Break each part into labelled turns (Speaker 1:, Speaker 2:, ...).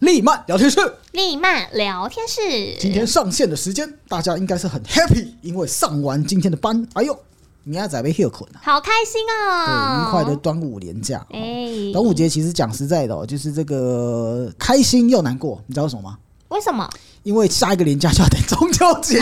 Speaker 1: 利曼聊天室。
Speaker 2: 丽曼聊天室，
Speaker 1: 今天上线的时间，大家应该是很 happy，因为上完今天的班，哎呦，明仔载被 h 困啊，
Speaker 2: 好开心
Speaker 1: 对，
Speaker 2: 哦！
Speaker 1: 愉快的端午连假。
Speaker 2: 哎、
Speaker 1: 端午节其实讲实在的、哦，就是这个开心又难过，你知道为什么吗？
Speaker 2: 为什么？
Speaker 1: 因为下一个连假就要等中秋 节，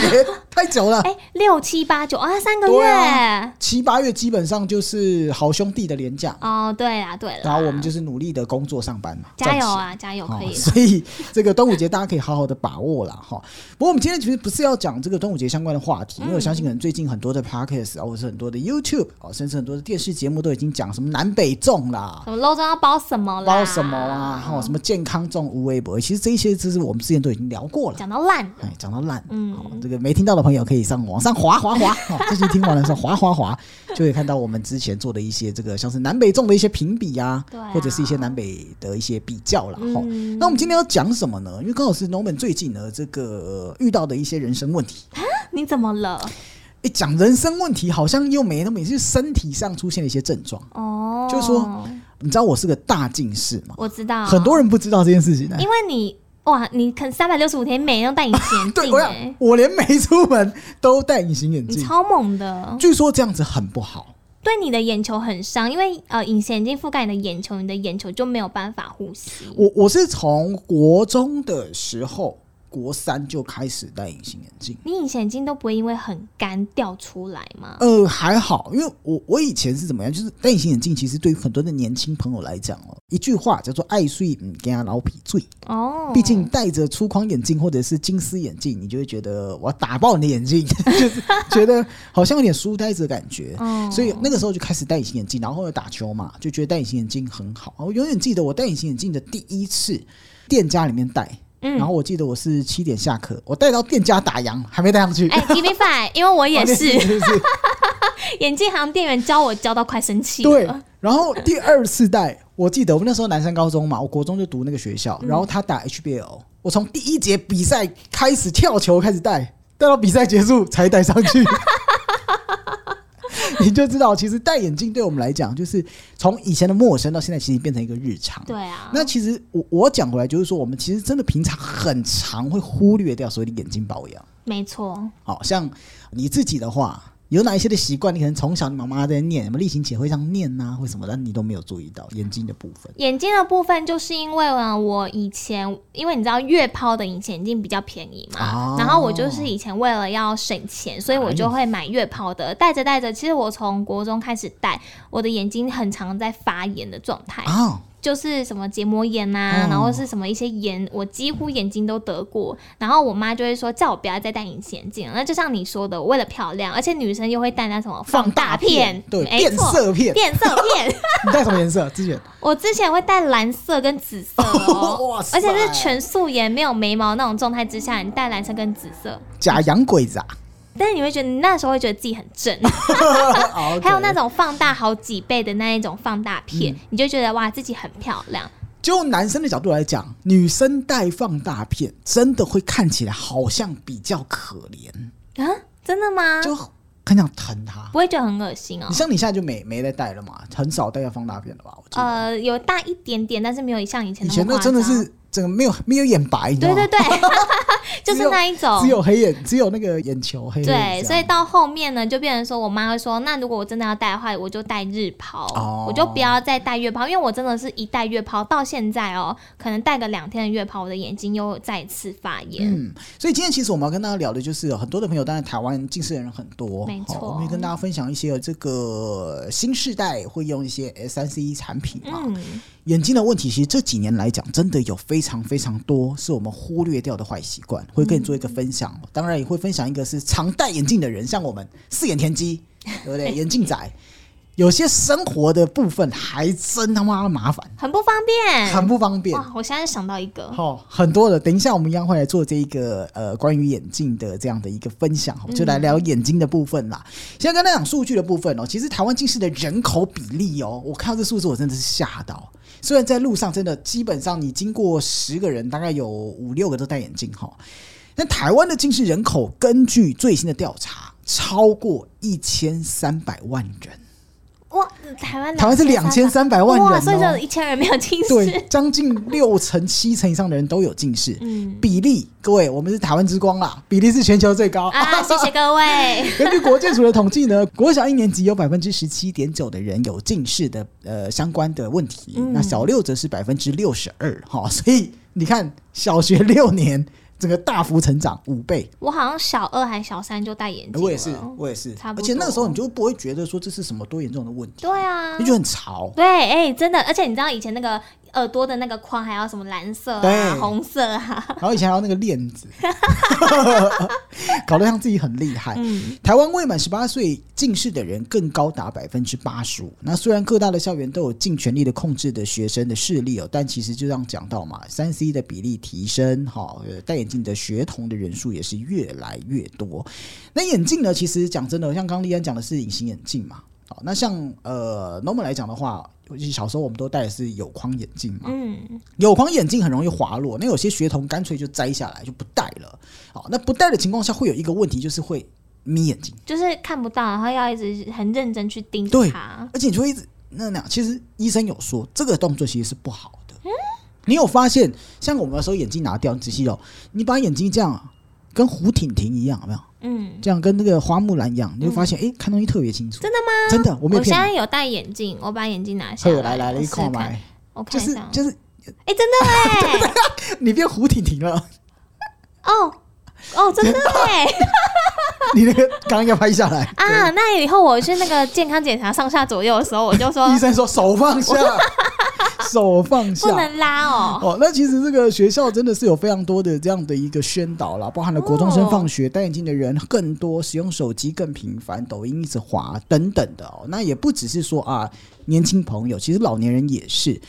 Speaker 1: 太久了。
Speaker 2: 哎、六七八九啊，三个
Speaker 1: 对
Speaker 2: 月。
Speaker 1: 啊七八月基本上就是好兄弟的连假，
Speaker 2: 哦，对啦，对啦，
Speaker 1: 然后我们就是努力的工作上班嘛，
Speaker 2: 加油
Speaker 1: 赚钱！
Speaker 2: 啊，加油，
Speaker 1: 哦
Speaker 2: 可以，了。
Speaker 1: 所以这个端午节大家可以好好的把握啦，哈。不过我们今天其实不是要讲这个端午节相关的话
Speaker 2: 嗯
Speaker 1: 题，因为我相信可能最近很多的 podcast 啊，或者是很多的 YouTube 啊，甚至很多的电视节目都已经讲什么南北粽啦，
Speaker 2: 什么肉粽要包什么啦？
Speaker 1: 包什么啊，哈，什么健康粽、无微博，其实这一些知识我们之前都已经聊过了。
Speaker 2: 讲到烂，
Speaker 1: 哎，讲到烂，
Speaker 2: 嗯
Speaker 1: 好，这个没听到的朋友可以上网上滑滑滑， 哦，这集听完的时候滑滑滑，就可以看到我们之前做的一些这个像是南北粽的一些评比啊，
Speaker 2: 对啊
Speaker 1: 或者是一些南北的一些比较啦。哈、
Speaker 2: 嗯
Speaker 1: 那我们今天要讲什么呢？因为刚好是 Norman 最近呢这个遇到的一些人生问题，
Speaker 2: 你怎么了？
Speaker 1: 一讲人生问题好像又没那么，也是身体上出现了一些症状。
Speaker 2: 哦，
Speaker 1: 就是说你知道我是个大近视嘛，
Speaker 2: 我知道，
Speaker 1: 很多人不知道这件事情呢、
Speaker 2: 因为你哇，你肯三百六十五天每天都戴隐形眼
Speaker 1: 对，
Speaker 2: 镜、
Speaker 1: 我
Speaker 2: 哎
Speaker 1: 想，我连没出门都戴隐形眼
Speaker 2: 你
Speaker 1: 镜，
Speaker 2: 超猛的，
Speaker 1: 据说这样子很不好。
Speaker 2: 对你的眼球很伤，因为呃，隐形眼镜覆盖你的眼球，你的眼球就没有办法呼吸。
Speaker 1: 我我是从国中的时候，国三就开始戴隐形眼镜。
Speaker 2: 你隐形眼镜都不会因为很干掉出来吗？
Speaker 1: 呃，还好，因为我我以前是怎么样，就是戴隐形眼镜，其实对于很多的年轻朋友来讲哦，一句话叫做“爱睡嗯，跟他老皮醉”。
Speaker 2: 哦，
Speaker 1: 毕竟戴着粗框眼镜或者是金丝眼镜，你就会觉得我要打爆你的眼镜， 就是觉得好像有点书呆子的感觉。
Speaker 2: 哦
Speaker 1: 所以那个时候就开始戴隐形眼镜，然后后来打球嘛，就觉得戴隐形眼镜很好。我永远记得我戴隐形眼镜的第一次，店家里面戴，
Speaker 2: 嗯
Speaker 1: 然后我记得我是七点下课，我戴到店家打烊还没戴上去，
Speaker 2: 哎 g i v e me five，因为我也是
Speaker 1: 哦是是
Speaker 2: 眼镜行店员教我教到快生气
Speaker 1: 对
Speaker 2: 了。，
Speaker 1: 然后第二次戴，我记得我们那时候南山高中嘛，我国中就读那个学
Speaker 2: 嗯
Speaker 1: 校，然后他打 HBL，我从第一节比赛开始跳球开始戴，戴到比赛结束才戴上 去。你就知道，其实戴眼镜对我们来讲，就是从以前的陌生到现在，其实变成一个日常。
Speaker 2: 对啊，
Speaker 1: 那其实我我讲回来，就是说我们其实真的平常很常会忽略掉所谓的眼睛保养。
Speaker 2: 没错，
Speaker 1: 好、像你自己的话，有哪一些的习惯，你可能从小你妈妈在念，什么例行前会这样念啊呐、或什么，但你都没有注意到眼睛的部分。
Speaker 2: 眼睛的部分就是因为啊，我以前因为你知道月抛的隐形眼镜比较便宜嘛，
Speaker 1: 哦
Speaker 2: 然后我就是以前为了要省
Speaker 1: 啊
Speaker 2: 钱，所以我
Speaker 1: 哎
Speaker 2: 就会买月抛的，戴着戴着，其实我从国中开始戴，我的眼睛很常在发炎的状态，
Speaker 1: 啊，
Speaker 2: 就是什么结膜炎呐、
Speaker 1: 哦
Speaker 2: 然后是什么一些炎，我几乎眼睛都得过。然后我妈就会说，叫我不要再戴隐形眼镜了。那就像你说的，我为了漂亮，而且女生又会戴那什么大
Speaker 1: 对，
Speaker 2: 没
Speaker 1: 变
Speaker 2: 错，
Speaker 1: 色 片。
Speaker 2: 变色 片。
Speaker 1: 你戴什么颜色？之前
Speaker 2: 我之前会戴蓝色跟紫色、哦
Speaker 1: 哇，塞
Speaker 2: 而且是全素颜没有眉毛那种状态之下，你戴蓝色跟紫色，
Speaker 1: 假洋鬼 子啊，
Speaker 2: 但是你会觉得你那时候会觉得自己很 正，
Speaker 1: 哦，OK
Speaker 2: 还有那种放大好几倍的那一种放大
Speaker 1: 嗯
Speaker 2: 片，你就觉得哇自己很漂亮。
Speaker 1: 就男生的角度来讲，女生戴放大片真的会看起来好像比较可怜，
Speaker 2: 啊，真的吗？
Speaker 1: 就很想疼她。
Speaker 2: 不会觉得很恶心哦
Speaker 1: 你？像你现在就没没在戴了嘛，很少戴放大片了吧？我记得、
Speaker 2: 呃，有大一点点，但是没有像以前
Speaker 1: 以
Speaker 2: 那
Speaker 1: 前
Speaker 2: 么
Speaker 1: 那
Speaker 2: 夸
Speaker 1: 真
Speaker 2: 张。
Speaker 1: 的是整个没有没有眼白，你知道
Speaker 2: 对
Speaker 1: 吗
Speaker 2: 对对， 就是那一种。
Speaker 1: 只有黑眼，只有那个眼球黑黑这样。
Speaker 2: 哦对，所以到后面呢，就变成说我妈会说，那如果我真的要戴的话，我就戴日抛，
Speaker 1: 哦
Speaker 2: 我就不要再戴月抛，因为我真的是一戴月抛到现在哦，可能戴个两天的月抛，我的眼睛又再次发炎。
Speaker 1: 嗯，所以今天其实我们要跟大家聊的就是，很多的朋友，当然台湾近视的人很多，
Speaker 2: 没错
Speaker 1: 哦我们也跟大家分享一些这个新世代会用一些 S 三 C E 产品嘛。
Speaker 2: 嗯，
Speaker 1: 眼睛的问题，其实这几年来讲，真的有非常非常多是我们忽略掉的坏习惯，会跟你做一个分享。
Speaker 2: 嗯
Speaker 1: 当然也会分享一个是常戴眼镜的人，像我们四眼田 鸡，对不对？眼镜仔，有些生活的部分还真他妈麻 烦，
Speaker 2: 很不方便。
Speaker 1: 很不方便。
Speaker 2: 哎哇，我现在想到一个，
Speaker 1: 好、很多的。等一下，我们一样会来做这一个呃关于眼镜的这样的一个分享，
Speaker 2: 嗯
Speaker 1: 哦就来聊眼睛的部分啦。现在跟大家讲数据的部分哦，其实台湾近视的人口比例哦，我看到这数字我真的是吓到。虽然在路上真的基本上你经过十个人，大概有五六个都戴眼镜哈、但台湾的近视人口根据最新的调查，超过一千三百万人。
Speaker 2: 哇，台湾
Speaker 1: 台湾是两千
Speaker 2: 2300
Speaker 1: 三百万人、哦，
Speaker 2: 哇，所以就有一千人没有近
Speaker 1: 对
Speaker 2: 视。，
Speaker 1: 将近六成、七成以上的人都有近视。
Speaker 2: 嗯
Speaker 1: 比例，各位，我们是台湾之光啦，比例是全球最高。
Speaker 2: 啊，谢谢各位。
Speaker 1: 根据国健署的统计呢，国小一年级有百分之十七点九的人有近视的呃相关的问题，
Speaker 2: 嗯
Speaker 1: 那小六则是百分之六十二哈，所以你看小学六年整个大幅成长五倍，
Speaker 2: 我好像小二还小三就戴眼镜了
Speaker 1: 哎我也是，我也是，
Speaker 2: 哦差不
Speaker 1: 而
Speaker 2: 多
Speaker 1: 且那个时候你就不会觉得说这是什么多严重的问题，
Speaker 2: 对啊
Speaker 1: 你，就很潮。
Speaker 2: 对，哎、真的，而且你知道以前那个耳朵的那个框还要什么蓝色
Speaker 1: 对
Speaker 2: 啊、红色啊，
Speaker 1: 然后以前还有那个链子， 搞得像自己很厉害。
Speaker 2: 嗯
Speaker 1: 台湾未满十八岁近视的人更高达百分之八十五。那虽然各大的校园都有尽全力的控制的学生的视力哦，但其实就这样讲到嘛，三 C 的比例提升，哈、呃戴眼镜的学童的人数也是越来越多。那眼镜呢，其实讲真的，像刚刚丽安讲的是隐形眼镜嘛，好、那像呃 normal 来讲的话。就是小时候我们都戴的是有框眼镜嘛，
Speaker 2: 嗯，
Speaker 1: 有框眼镜很容易滑落，那有些学童干脆就摘下来就不戴了。好，那不戴的情况下会有一个问题，就是会眯眼睛。
Speaker 2: 就是看不到，然后要一直很认真去盯着
Speaker 1: 对
Speaker 2: 它。
Speaker 1: 而且你就会一直那那样。其实医生有说，这个动作其实是不好的。你有发现，像我们有时候眼镜拿掉，你仔细哦，你把眼睛这样跟胡婷婷一样，有没有？
Speaker 2: 嗯，
Speaker 1: 这样跟那个花木兰一样，你会发现，哎、看东西特别清楚。
Speaker 2: 真
Speaker 1: 的吗？真的，我没有
Speaker 2: 我现
Speaker 1: 骗
Speaker 2: 在
Speaker 1: 你。
Speaker 2: 有戴眼镜，我把眼镜拿下
Speaker 1: 嘿，来
Speaker 2: 来，
Speaker 1: 来
Speaker 2: 我
Speaker 1: 来，
Speaker 2: 试
Speaker 1: 一
Speaker 2: 试
Speaker 1: 块
Speaker 2: 看
Speaker 1: 买，
Speaker 2: 我
Speaker 1: 就
Speaker 2: 看一
Speaker 1: 是
Speaker 2: 下哦，
Speaker 1: 就是，
Speaker 2: 哎、真 的哎，
Speaker 1: 你变胡婷婷啊了，
Speaker 2: 哦哦，真的哎
Speaker 1: 你那个刚刚要拍下来
Speaker 2: 啊！那以后我去那个健康检查上下左右的时候，我就说
Speaker 1: 医生说手放下，手放下，
Speaker 2: 不能拉哦。
Speaker 1: 哦，那其实这个学校真的是有非常多的这样的一个宣导啦，包含了国中生放学、戴眼镜的人更多，使用手机更频繁，抖音一直滑等等的哦。那也不只是说啊，年轻朋友，其实老年人也是。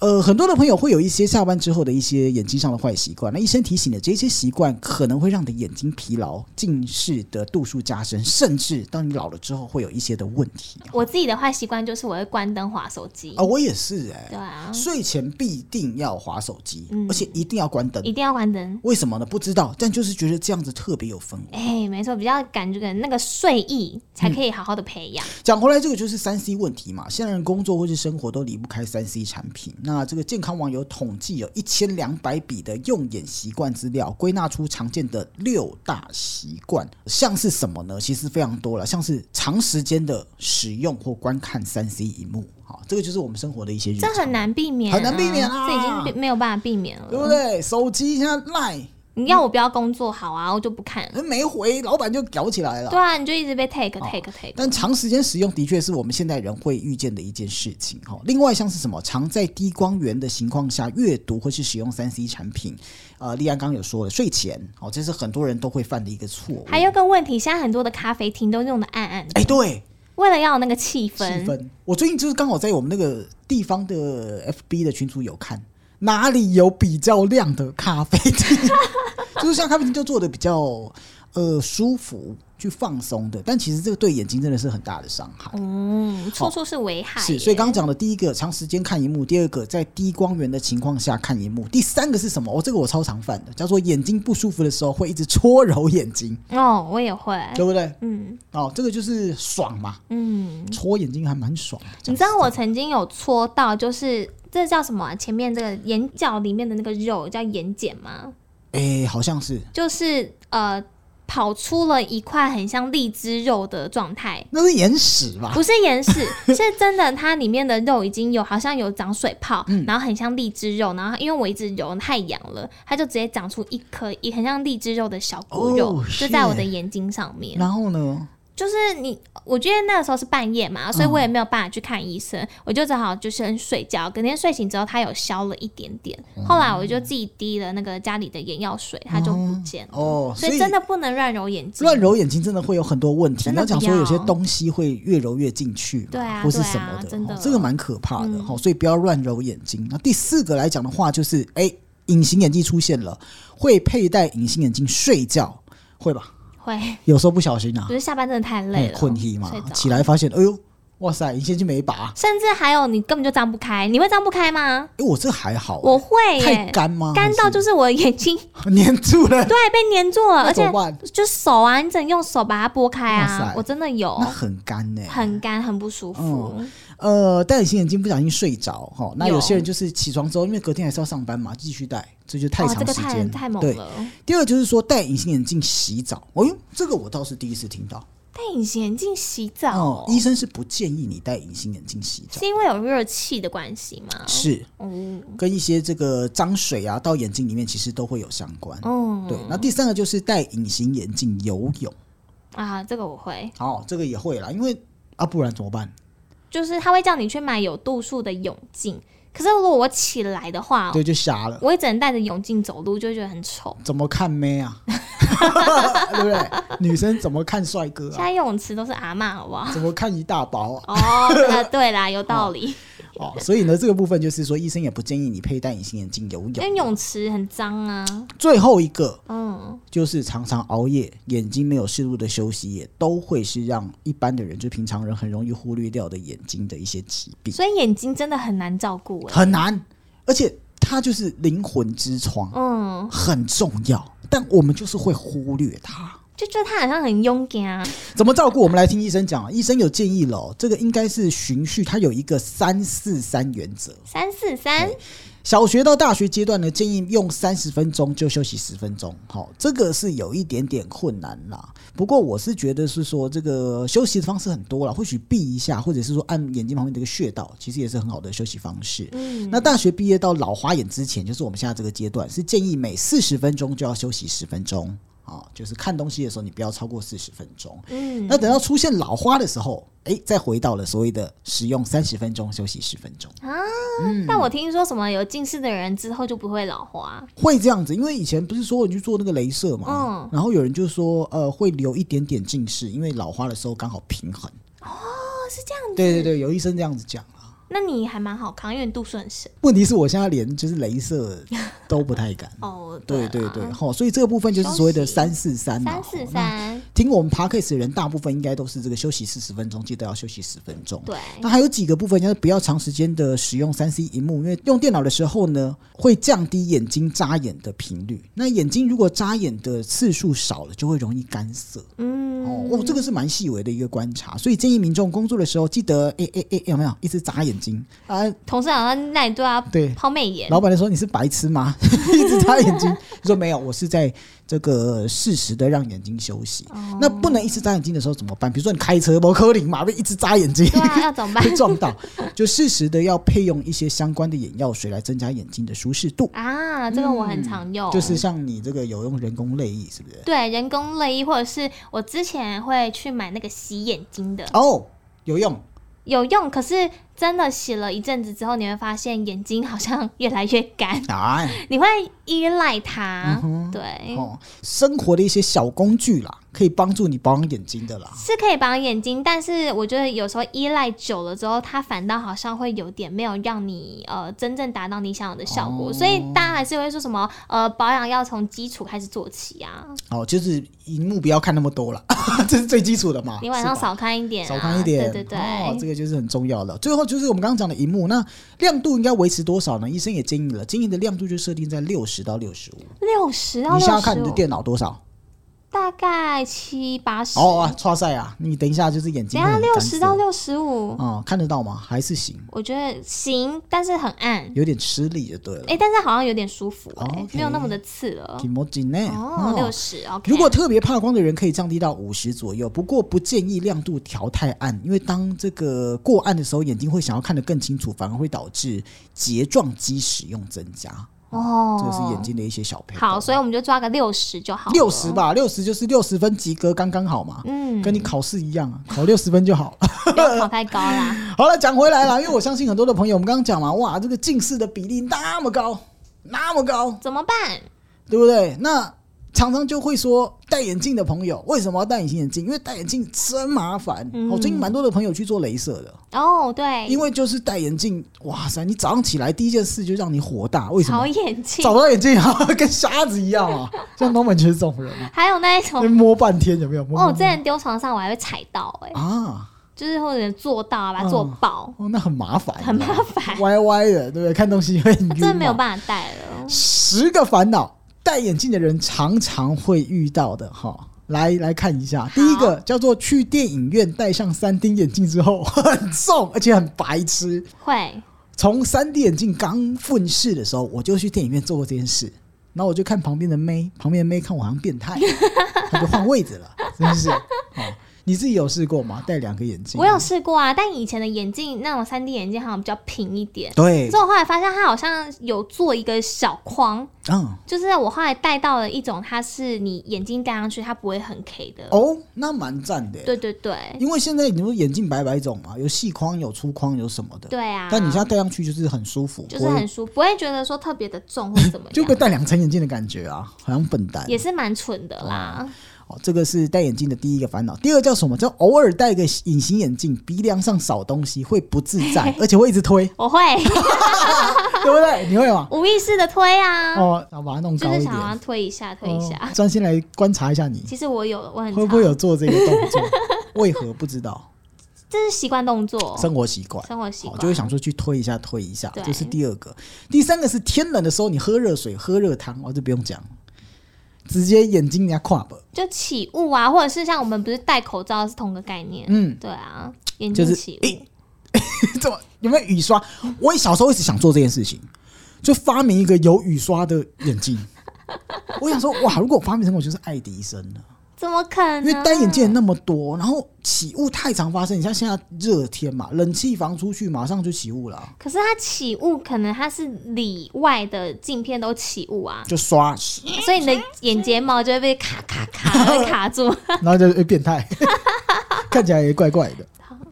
Speaker 1: 呃，很多的朋友会有一些下班之后的一些眼睛上的坏习惯。那医生提醒的这些习惯可能会让你的眼睛疲劳、近视的度数加深，甚至当你老了之后会有一些的问题
Speaker 2: 我自己的坏习惯就是我会关灯划手机。
Speaker 1: 啊。我也是哎、
Speaker 2: 对啊，
Speaker 1: 睡前必定要划手机，
Speaker 2: 嗯
Speaker 1: 而且一定要关灯。
Speaker 2: 一定要关灯。
Speaker 1: 为什么呢？不知道，但就是觉得这样子特别有氛围。
Speaker 2: 哎、没错，比较感觉那个睡
Speaker 1: 嗯
Speaker 2: 意才可以好好的培养。
Speaker 1: 讲回来，这个就是三 C 问题嘛。现在人工作或是生活都离不开三 C 产品。那这个健康网有统计有一千两百笔的用眼习惯资料，归纳出常见的六大习惯，像是什么呢？其实非常多了，像是长时间的使用或观看三 C 荧幕，好，这个就是我们生活的一些日
Speaker 2: 这
Speaker 1: 常，
Speaker 2: 很难避免、啊，
Speaker 1: 很难避免啊
Speaker 2: 这已经避没有办法避免了。
Speaker 1: 对不对？手机现在赖
Speaker 2: 你要我不要工作好啊，我就不看。
Speaker 1: 没回，老板就搞起来了
Speaker 2: 对。啊，你就一直被 take take take。
Speaker 1: 哦但长时间使用的确是我们现代人会遇见的一件事情哈。另外像是什么，常在低光源的情况下阅读或是使用三 C 产品，呃，丽安刚刚有说了，睡前哦，这是很多人都会犯的一个错误。
Speaker 2: 还有个问题，现在很多的咖啡厅都用的暗暗的，
Speaker 1: 哎、对，
Speaker 2: 为了要有那个气
Speaker 1: 气
Speaker 2: 氛。
Speaker 1: 氛。我最近就是刚好在我们那个地方的 FB 的群组有看，哪里有比较亮的咖啡厅，就是像咖啡厅就做的比较呃舒服去放松的，但其实这个对眼睛真的是很大的伤害。
Speaker 2: 嗯，处处是危害耶。
Speaker 1: 是，所以刚刚讲的第一个，长时间看荧幕；第二个，在低光源的情况下看荧幕；第三个是什么？哦，这个我超常犯的，叫做眼睛不舒服的时候会一直搓揉眼睛，
Speaker 2: 哦，我也会。
Speaker 1: 对不对？
Speaker 2: 嗯
Speaker 1: 哦，这个就是爽嘛，
Speaker 2: 嗯，
Speaker 1: 搓眼睛还蛮爽的。
Speaker 2: 你知道我曾经有搓到，就是这叫什么啊、前面这个眼角里面的那个肉叫眼睑吗？
Speaker 1: 哎，好像是，
Speaker 2: 就是呃，跑出了一块很像荔枝肉的状态。
Speaker 1: 那是眼屎吧？
Speaker 2: 不是眼屎，是真的，它里面的肉已经有好像有长水泡，然后很像荔枝肉，然后因为我一直揉太痒了，它就直接长出一颗一很像荔枝肉的小果肉
Speaker 1: Oh,
Speaker 2: 就在我
Speaker 1: shit
Speaker 2: 的眼睛上面。
Speaker 1: 然后呢？
Speaker 2: 就是你，我觉得那个时候是半夜嘛，
Speaker 1: 嗯
Speaker 2: 所以我也没有办法去看医生，我就只好就先睡觉。隔天睡醒之后，它有消了一点点，
Speaker 1: 嗯
Speaker 2: 后来我就自己滴了那个家里的眼药水，它就不见了。
Speaker 1: 哦，
Speaker 2: 所以真的不能乱揉眼睛。
Speaker 1: 乱揉眼睛真的会有很多问题。
Speaker 2: 真
Speaker 1: 你
Speaker 2: 的
Speaker 1: 要讲说
Speaker 2: 不
Speaker 1: 有
Speaker 2: 要
Speaker 1: 些东西会越揉越进去嘛，
Speaker 2: 对啊
Speaker 1: 或是
Speaker 2: 对啊
Speaker 1: 什么的，
Speaker 2: 真的嗯
Speaker 1: 哦这个蛮可怕的哈、哦所以不要乱揉眼睛。那第四个来讲的话，就是哎，隐形眼镜出现了，会佩戴隐形眼镜睡觉，会吧？
Speaker 2: 会，
Speaker 1: 有时候不小心啊
Speaker 2: 不，是下班真的太
Speaker 1: 哎
Speaker 2: 累了，
Speaker 1: 困意嘛
Speaker 2: 睡，着
Speaker 1: 起来发现哎呦，哇塞，一下就没拔。
Speaker 2: 甚至还有你根本就张不开，你会张不开吗？
Speaker 1: 哎，我这还好，
Speaker 2: 我会
Speaker 1: 太
Speaker 2: 耶，
Speaker 1: 干吗？
Speaker 2: 干到就是我眼睛
Speaker 1: 还是粘住了，
Speaker 2: 对被粘住了，
Speaker 1: 那
Speaker 2: 而
Speaker 1: 怎
Speaker 2: 且
Speaker 1: 么办？
Speaker 2: 就手啊，你只能用手把它拨开
Speaker 1: 哇
Speaker 2: 啊
Speaker 1: 塞，
Speaker 2: 我真的有
Speaker 1: 那很干呢、
Speaker 2: 很干，很不舒服。
Speaker 1: 呃，戴隐形眼镜不小心睡着哈、齁那有
Speaker 2: 有
Speaker 1: 些人就是起床之后，因为隔天还是要上班嘛，继续戴，这就太
Speaker 2: 哦，
Speaker 1: 长
Speaker 2: 这个
Speaker 1: 时
Speaker 2: 太
Speaker 1: 间、
Speaker 2: 太猛
Speaker 1: 对，
Speaker 2: 了。
Speaker 1: 第二就是说戴隐形眼镜洗澡，哦哟，这个我倒是第一次听到。
Speaker 2: 戴隐形眼镜洗澡
Speaker 1: 哦
Speaker 2: 哦，，
Speaker 1: 医生是不建议你戴隐形眼镜洗澡
Speaker 2: 是，因为有热气的关系吗？
Speaker 1: 是
Speaker 2: 哦，
Speaker 1: 跟一些这个脏水啊到眼睛里面其实都会有相关。
Speaker 2: 嗯，
Speaker 1: 对，那第三个就是戴隐形眼镜游泳，
Speaker 2: 啊，这个我会，
Speaker 1: 哦，这个也会啦，因为啊不然怎么办？
Speaker 2: 就是他会叫你去买有度数的泳镜，可是如果我起来的话，
Speaker 1: 对，就瞎了。
Speaker 2: 我也只能戴着泳镜走路，就会觉得很丑。
Speaker 1: 怎么看妹啊？ 对不对？女生怎么看帅哥
Speaker 2: 现
Speaker 1: 啊？
Speaker 2: 在游泳池都是阿嬷，好 不好？
Speaker 1: 怎么看一大包啊？
Speaker 2: 哦，这个对啦，有道理，
Speaker 1: 哦，所以呢，这个部分就是说，医生也不建议你佩戴隐形眼镜游
Speaker 2: 因
Speaker 1: 泳。
Speaker 2: 为泳池很脏啊。
Speaker 1: 最后一个
Speaker 2: 嗯，
Speaker 1: 就是常常熬夜，眼睛没有适度的休息，也都会是让一般的人，就平常人很容易忽略掉的眼睛的一些疾病，
Speaker 2: 所以眼睛真的很难照顾哎。
Speaker 1: 很难。而且它就是灵魂之窗，
Speaker 2: 嗯，
Speaker 1: 很重要，但我们就是会忽略它。
Speaker 2: 就觉得他好像很勇敢啊。
Speaker 1: 怎么照顾？我们来听医生讲。啊医生有建议了哦，这个应该是循序，它有一个三四三原则。
Speaker 2: 三四三，
Speaker 1: 小学到大学阶段呢，建议用三十分钟就休息十分钟。好、这个是有一点点困难啦。不过我是觉得是说，这个休息的方式很多啦，或许闭一下，或者是说按眼睛旁边这个穴道，其实也是很好的休息方式。
Speaker 2: 嗯，
Speaker 1: 那大学毕业到老花眼之前，就是我们现在这个阶段，是建议每四十分钟就要休息十分钟。啊、就是看东西的时候，你不要超过四十分钟。
Speaker 2: 嗯，
Speaker 1: 那等到出现老花的时候，哎、再回到了所谓的使用三十分钟休息十分钟，
Speaker 2: 但我听说什么有近视的人之后就不会老花，
Speaker 1: 会这样子。因为以前不是说你去做那个镭射嘛，
Speaker 2: 嗯
Speaker 1: 然后有人就说，呃，会留一点点近视，因为老花的时候刚好平衡。
Speaker 2: 哦，是这样子。
Speaker 1: 对对对，有医生这样子讲啊。
Speaker 2: 那你还蛮好康，因为你度数很深。。
Speaker 1: 问题是我现在连就是镭射都不太敢
Speaker 2: 哦，
Speaker 1: 对
Speaker 2: 对
Speaker 1: 对
Speaker 2: 啦
Speaker 1: 对，吼，所以这个部分就是所谓的
Speaker 2: 休息
Speaker 1: 三四三嘛。
Speaker 2: 三
Speaker 1: 吼
Speaker 2: 四
Speaker 1: 那
Speaker 2: 三，
Speaker 1: 听我们 podcast 的人，大部分应该都是这个休息四十分钟，记得要休息十分钟。
Speaker 2: 对，
Speaker 1: 那还有几个部分就是不要长时间的使用三 C 荧幕，因为用电脑的时候呢，会降低眼睛眨眼的频率。那眼睛如果眨眼的次数少了，就会容易干涩。
Speaker 2: 嗯，
Speaker 1: 哦，哦这个是蛮细微的一个观察，所以建议民众工作的时候记得，诶诶诶，有没有一直眨眼睛啊？
Speaker 2: 同事好像那你对啊，
Speaker 1: 对
Speaker 2: 抛媚眼，
Speaker 1: 老板就说你是白痴吗？ 一直眨眼睛，你说没有，我是在这个适时的让眼睛休息。
Speaker 2: 哦
Speaker 1: 那不能一直眨眼睛的时候怎么办？比如说你开车，摩科林马被一直眨眼睛，
Speaker 2: 对 啊，要怎么办
Speaker 1: 会撞到，就适时的要配用一些相关的眼药水来增加眼睛的舒适度。
Speaker 2: 啊？这个我很常用，
Speaker 1: 嗯就是像你这个有用人工泪液，是不是？
Speaker 2: 对人工泪液，或者是我之前会去买那个洗眼睛的，
Speaker 1: 哦，有用，
Speaker 2: 有用，可是真的洗了一阵子之后，你会发现眼睛好像越来越干，
Speaker 1: 哎，
Speaker 2: 你会依赖它，对。
Speaker 1: 哦，生活的一些小工具啦，可以帮助你保养眼睛的啦。
Speaker 2: 是可以保养眼睛，但是我觉得有时候依赖久了之后，它反倒好像会有点没有让你呃真正达到你想要的效果，
Speaker 1: 哦
Speaker 2: 所以大家还是会说什么呃保养要从基础开始做起啊，
Speaker 1: 哦，就是荧幕不要看那么多啦， 这是最基础的嘛。
Speaker 2: 你晚上
Speaker 1: 是吧
Speaker 2: 少看一点、啊，
Speaker 1: 少看一点，
Speaker 2: 对对对，
Speaker 1: 哦，这个就是很重要的。最后就是我们刚刚讲的荧幕，那亮度应该维持多少呢？医生也建议了，建议的亮度就设定在六十到六十五。
Speaker 2: 六十到
Speaker 1: 你
Speaker 2: 六
Speaker 1: 想想看你的
Speaker 2: 十，
Speaker 1: 电脑多少？
Speaker 2: 大概七八十，
Speaker 1: 哦啊，刷赛啊！你等一下就是眼睛
Speaker 2: 等
Speaker 1: 会
Speaker 2: 下
Speaker 1: 很
Speaker 2: 六
Speaker 1: 干
Speaker 2: 十
Speaker 1: 涩
Speaker 2: 到六十五，
Speaker 1: 哦，看得到吗？还是行，
Speaker 2: 我觉得行，但是很暗，
Speaker 1: 有点吃力就对了。
Speaker 2: 哎、但是好像有点舒服、欸，
Speaker 1: 哦，OK
Speaker 2: 没有那么的刺了，
Speaker 1: 挺摸紧呢。
Speaker 2: 哦，六十，OK，
Speaker 1: 如果特别怕光的人，可以降低到五十左右，不过不建议亮度调太暗，因为当这个过暗的时候，眼睛会想要看得更清楚，反而会导致睫状肌使用增加，
Speaker 2: 哦，
Speaker 1: 这是眼睛的一些小配。
Speaker 2: 好，所以我们就抓个六十就好。
Speaker 1: 六十，吧，六十就是六十分及格，刚刚好嘛。
Speaker 2: 嗯，
Speaker 1: 跟你考试一样啊，考六十分就好。
Speaker 2: 不要考太高啦。
Speaker 1: 好了，讲回来了，因为我相信很多的朋友，我们刚刚讲嘛，哇，这个近视的比例那么高，那么高，
Speaker 2: 怎么办？
Speaker 1: 对不对？那常常就会说戴眼镜的朋友为什么要戴隐形眼镜？因为戴眼镜真麻烦。我、
Speaker 2: 嗯
Speaker 1: 最近蛮多的朋友去做镭射的，
Speaker 2: 哦，对
Speaker 1: 因，为就是戴眼镜，哇塞，你早上起来第一件事就让你火大，为什
Speaker 2: 好
Speaker 1: 么？
Speaker 2: 眼镜
Speaker 1: 找，不到眼镜啊，跟瞎子一样 啊，像东门就是这种人啊，
Speaker 2: 还有那一种
Speaker 1: 那，摸半天有没有？摸
Speaker 2: 哦，
Speaker 1: 摸
Speaker 2: 我之前丢床上我还会踩到，哎，
Speaker 1: 啊，
Speaker 2: 就是或者做到啊，把它做
Speaker 1: 嗯
Speaker 2: 爆，
Speaker 1: 哦，那很麻烦，
Speaker 2: 很麻烦，啊
Speaker 1: 歪歪的，对不对？看东西会很晕
Speaker 2: 真的没有
Speaker 1: 嘛
Speaker 2: 办法戴了。
Speaker 1: 十个烦恼，戴眼镜的人常常会遇到的哈。来来看一下，第一个叫做去电影院戴上三 D 眼镜之后 很重，而且很白痴。
Speaker 2: 会，
Speaker 1: 从三 D 眼镜刚问世的时候，我就去电影院做过这件事，然后我就看旁边的妹，旁边的妹看我好像变 态，她就换位置了，真的是。哦，你自己有试过吗？戴两个眼镜？
Speaker 2: 我有试过啊，但以前的眼镜那种三 D 眼镜好像比较平一点，
Speaker 1: 对
Speaker 2: 可是，我后来发现它好像有做一个小框，
Speaker 1: 嗯，
Speaker 2: 就是我后来戴到了一种，它是你眼睛戴上去它不会很 K 的。
Speaker 1: 哦，那蛮赞的。
Speaker 2: 对对对，
Speaker 1: 因为现在你说眼镜百百种嘛，有细框、有粗框、有什么的。
Speaker 2: 对啊。
Speaker 1: 但你现在戴上去就是很舒服，
Speaker 2: 就是
Speaker 1: 不会
Speaker 2: 很舒服，不会觉得说特别的重或怎么
Speaker 1: 就被
Speaker 2: 样，
Speaker 1: 戴两层眼镜的感觉啊，好像笨蛋。
Speaker 2: 也是蛮蠢的啦。
Speaker 1: 哦，这个是戴眼镜的第一个烦恼。第二个叫什么？叫偶尔戴个隐形眼镜，鼻梁上少东西会不自 在，而且会一直推，
Speaker 2: 我会
Speaker 1: 对不 对？你会吗？哦，
Speaker 2: 无意识的推啊，
Speaker 1: 然后把它弄
Speaker 2: 就
Speaker 1: 哦高
Speaker 2: 是
Speaker 1: 一
Speaker 2: 想要
Speaker 1: 点，
Speaker 2: 推一下，推一下。
Speaker 1: 哦专心来观察一下你
Speaker 2: 其实我有，我很
Speaker 1: 会不会有做这个动 作，为何不知道？
Speaker 2: 常这是习惯动作，
Speaker 1: 生活习惯。
Speaker 2: 哦生活习
Speaker 1: 好，
Speaker 2: 惯
Speaker 1: 就会想说去推一下，推一下，
Speaker 2: 对
Speaker 1: 这是第二个。第三个是天冷的时候，你喝热水、喝热汤，哦，这不用讲，直接眼睛人家跨吧。
Speaker 2: 就起雾啊，或者是像我们不是戴口罩是同个概念，
Speaker 1: 嗯，
Speaker 2: 对啊，眼
Speaker 1: 就
Speaker 2: 睛
Speaker 1: 是
Speaker 2: 起雾，
Speaker 1: 诶怎么有没有雨刷？我小时候一直想做这件事情，就发明一个有雨刷的眼镜。我想说，哇，如果我发明成功，我就是爱迪生了。
Speaker 2: 怎么可
Speaker 1: 因
Speaker 2: 能？
Speaker 1: 为单眼镜人那么多，然后起雾太常发生。你像现在热天嘛，冷气房出去马上就起雾了啊，
Speaker 2: 可是它起雾，可能它是里外的镜片都起雾啊，
Speaker 1: 就刷，
Speaker 2: 所以你的眼睫毛就会被卡卡卡会 卡住。
Speaker 1: 然后就、诶变态， 看起来也怪怪的。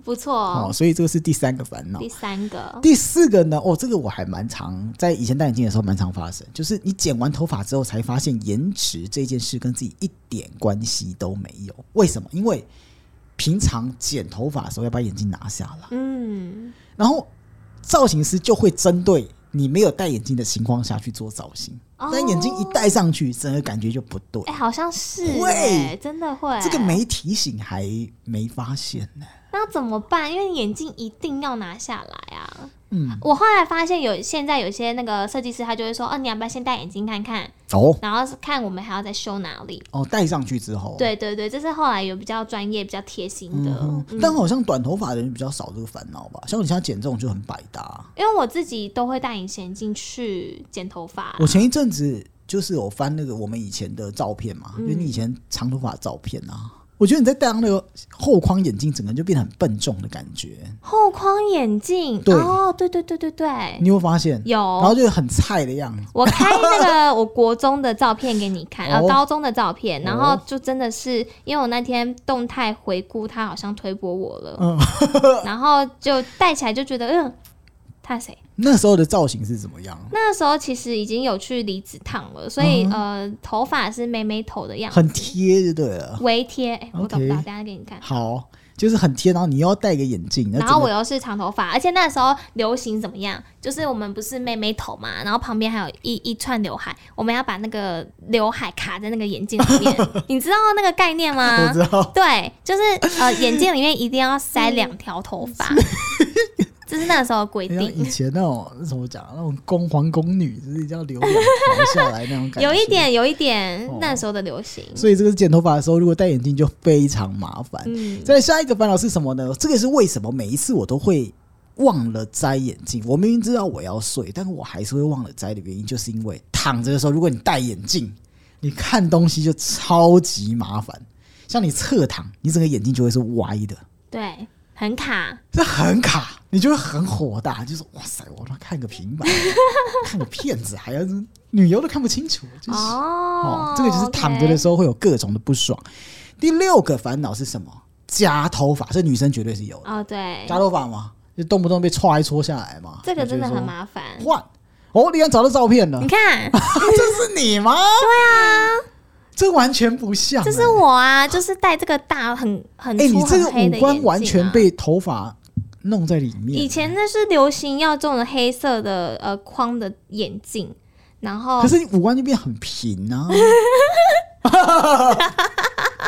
Speaker 2: 不错哦
Speaker 1: 哦，，所以这个是第三个烦恼
Speaker 2: 第。三个
Speaker 1: 哦第四个呢？哦，这个我还蛮常在以前戴眼镜的时候蛮常发生，就是你剪完头发之后才发现延迟这件事跟自己一点关系都没有。为什么？因为平常剪头发的时候要把眼镜拿下来，
Speaker 2: 嗯，
Speaker 1: 然后造型师就会针对你没有戴眼镜的情况下去做造型。
Speaker 2: 哦
Speaker 1: 但眼镜一戴上去，整个感觉就不对
Speaker 2: 哎、。好像是、
Speaker 1: 会
Speaker 2: 哎，真的会。
Speaker 1: 这个没提醒还没发现呢、
Speaker 2: 那怎么办？因为眼镜一定要拿下来啊。
Speaker 1: 嗯，
Speaker 2: 我后来发现有现在有些那个设计师，他就会说，哦，你要不要先戴眼镜看看，
Speaker 1: 哦
Speaker 2: 然后看我们还要再修哪里。
Speaker 1: 哦，戴上去之后，
Speaker 2: 对对对，这是后来有比较专业、比较贴心的。
Speaker 1: 嗯
Speaker 2: 嗯
Speaker 1: 但好像短头发的人比较少这个烦恼吧，像你现在剪这种就很百搭。
Speaker 2: 因为我自己都会戴隐形眼镜去剪头发，
Speaker 1: 我前一阵子就是有翻那个我们以前的照片嘛，
Speaker 2: 嗯
Speaker 1: 就你以前长头发的照片啊，我觉得你在戴上那个后框眼镜，整个人就变得很笨重的感觉，
Speaker 2: 后框眼镜。
Speaker 1: 对
Speaker 2: 哦，对对对对对，
Speaker 1: 你有没有发现？然
Speaker 2: 有。
Speaker 1: 后就很菜的样子，
Speaker 2: 我开那个我国中的照片给你 看，
Speaker 1: 哦
Speaker 2: 呃，高中的照片，然后
Speaker 1: 哦
Speaker 2: 就真的是因为我那天动态回顾，他好像推播我了，
Speaker 1: 嗯
Speaker 2: 然后就戴起来就觉得，嗯，他谁？
Speaker 1: 那时候的造型是怎么样？
Speaker 2: 那时候其实已经有去离子烫了，所
Speaker 1: 嗯
Speaker 2: 以、呃，头发是妹妹头的样子，
Speaker 1: 很贴就对了。
Speaker 2: 微贴，哎、我找不
Speaker 1: OK
Speaker 2: 到，等一下给你看。
Speaker 1: 好，就是很贴，然后你又要戴个眼镜，
Speaker 2: 然后
Speaker 1: 整
Speaker 2: 我
Speaker 1: 个
Speaker 2: 又是长头发，而且那时候流行怎么样？就是我们不是妹妹头嘛，然后旁边还有一一串刘海，我们要把那个刘海卡在那个眼镜里面， 你知道那个概念
Speaker 1: 我
Speaker 2: 吗
Speaker 1: 知？道，
Speaker 2: 对，就是呃，眼镜里面一定要塞两条头 发，这是那时候的规
Speaker 1: 像哎以
Speaker 2: 定。
Speaker 1: 前那种那怎么讲，那种宫皇宫女就是一定要留两条下来那种感觉，
Speaker 2: 有一。点，有一点
Speaker 1: 哎哦，
Speaker 2: 那时候的流行。
Speaker 1: 所以这个剪头发的时候，如果戴眼镜就非常麻烦。
Speaker 2: 嗯，
Speaker 1: 再来下一个烦恼是什么呢？这个是为什么每一次我都会忘了摘眼镜？我明明知道我要睡，但我还是会忘了摘的原因，就是因为躺着的时候，如果你戴眼镜，你看东西就超级麻烦。像你侧躺，你整个眼睛就会是歪 的，
Speaker 2: 对，很卡。
Speaker 1: 这很卡，你就会很火大，就是哇塞，我他妈看个平板，看个片子，还要是女优都看不清楚，就是
Speaker 2: 哦
Speaker 1: 哦，，这个就是躺着的时候会有各种的不爽。第六个烦恼是什么？夹头发，这女生绝对是有的。
Speaker 2: 候。哦，对，
Speaker 1: 夹头发嘛，就动不动被歘一撮下来嘛。
Speaker 2: 这个真的
Speaker 1: 就觉
Speaker 2: 很
Speaker 1: 得说
Speaker 2: 麻烦。
Speaker 1: 换哦，你看找到照片了
Speaker 2: 你，看，
Speaker 1: 这是你吗？对啊，这完全不像、
Speaker 2: 这是
Speaker 1: 哎
Speaker 2: 我啊，就是戴这个大很很
Speaker 1: 哎、
Speaker 2: 粗
Speaker 1: 你这
Speaker 2: 很
Speaker 1: 个
Speaker 2: 黑的
Speaker 1: 五
Speaker 2: 眼
Speaker 1: 官
Speaker 2: 镜
Speaker 1: 完全
Speaker 2: 啊。
Speaker 1: 被头发弄在里面。
Speaker 2: 以前那是流行要这种黑色的呃框的眼镜，然后
Speaker 1: 可是你五官就变很平啊。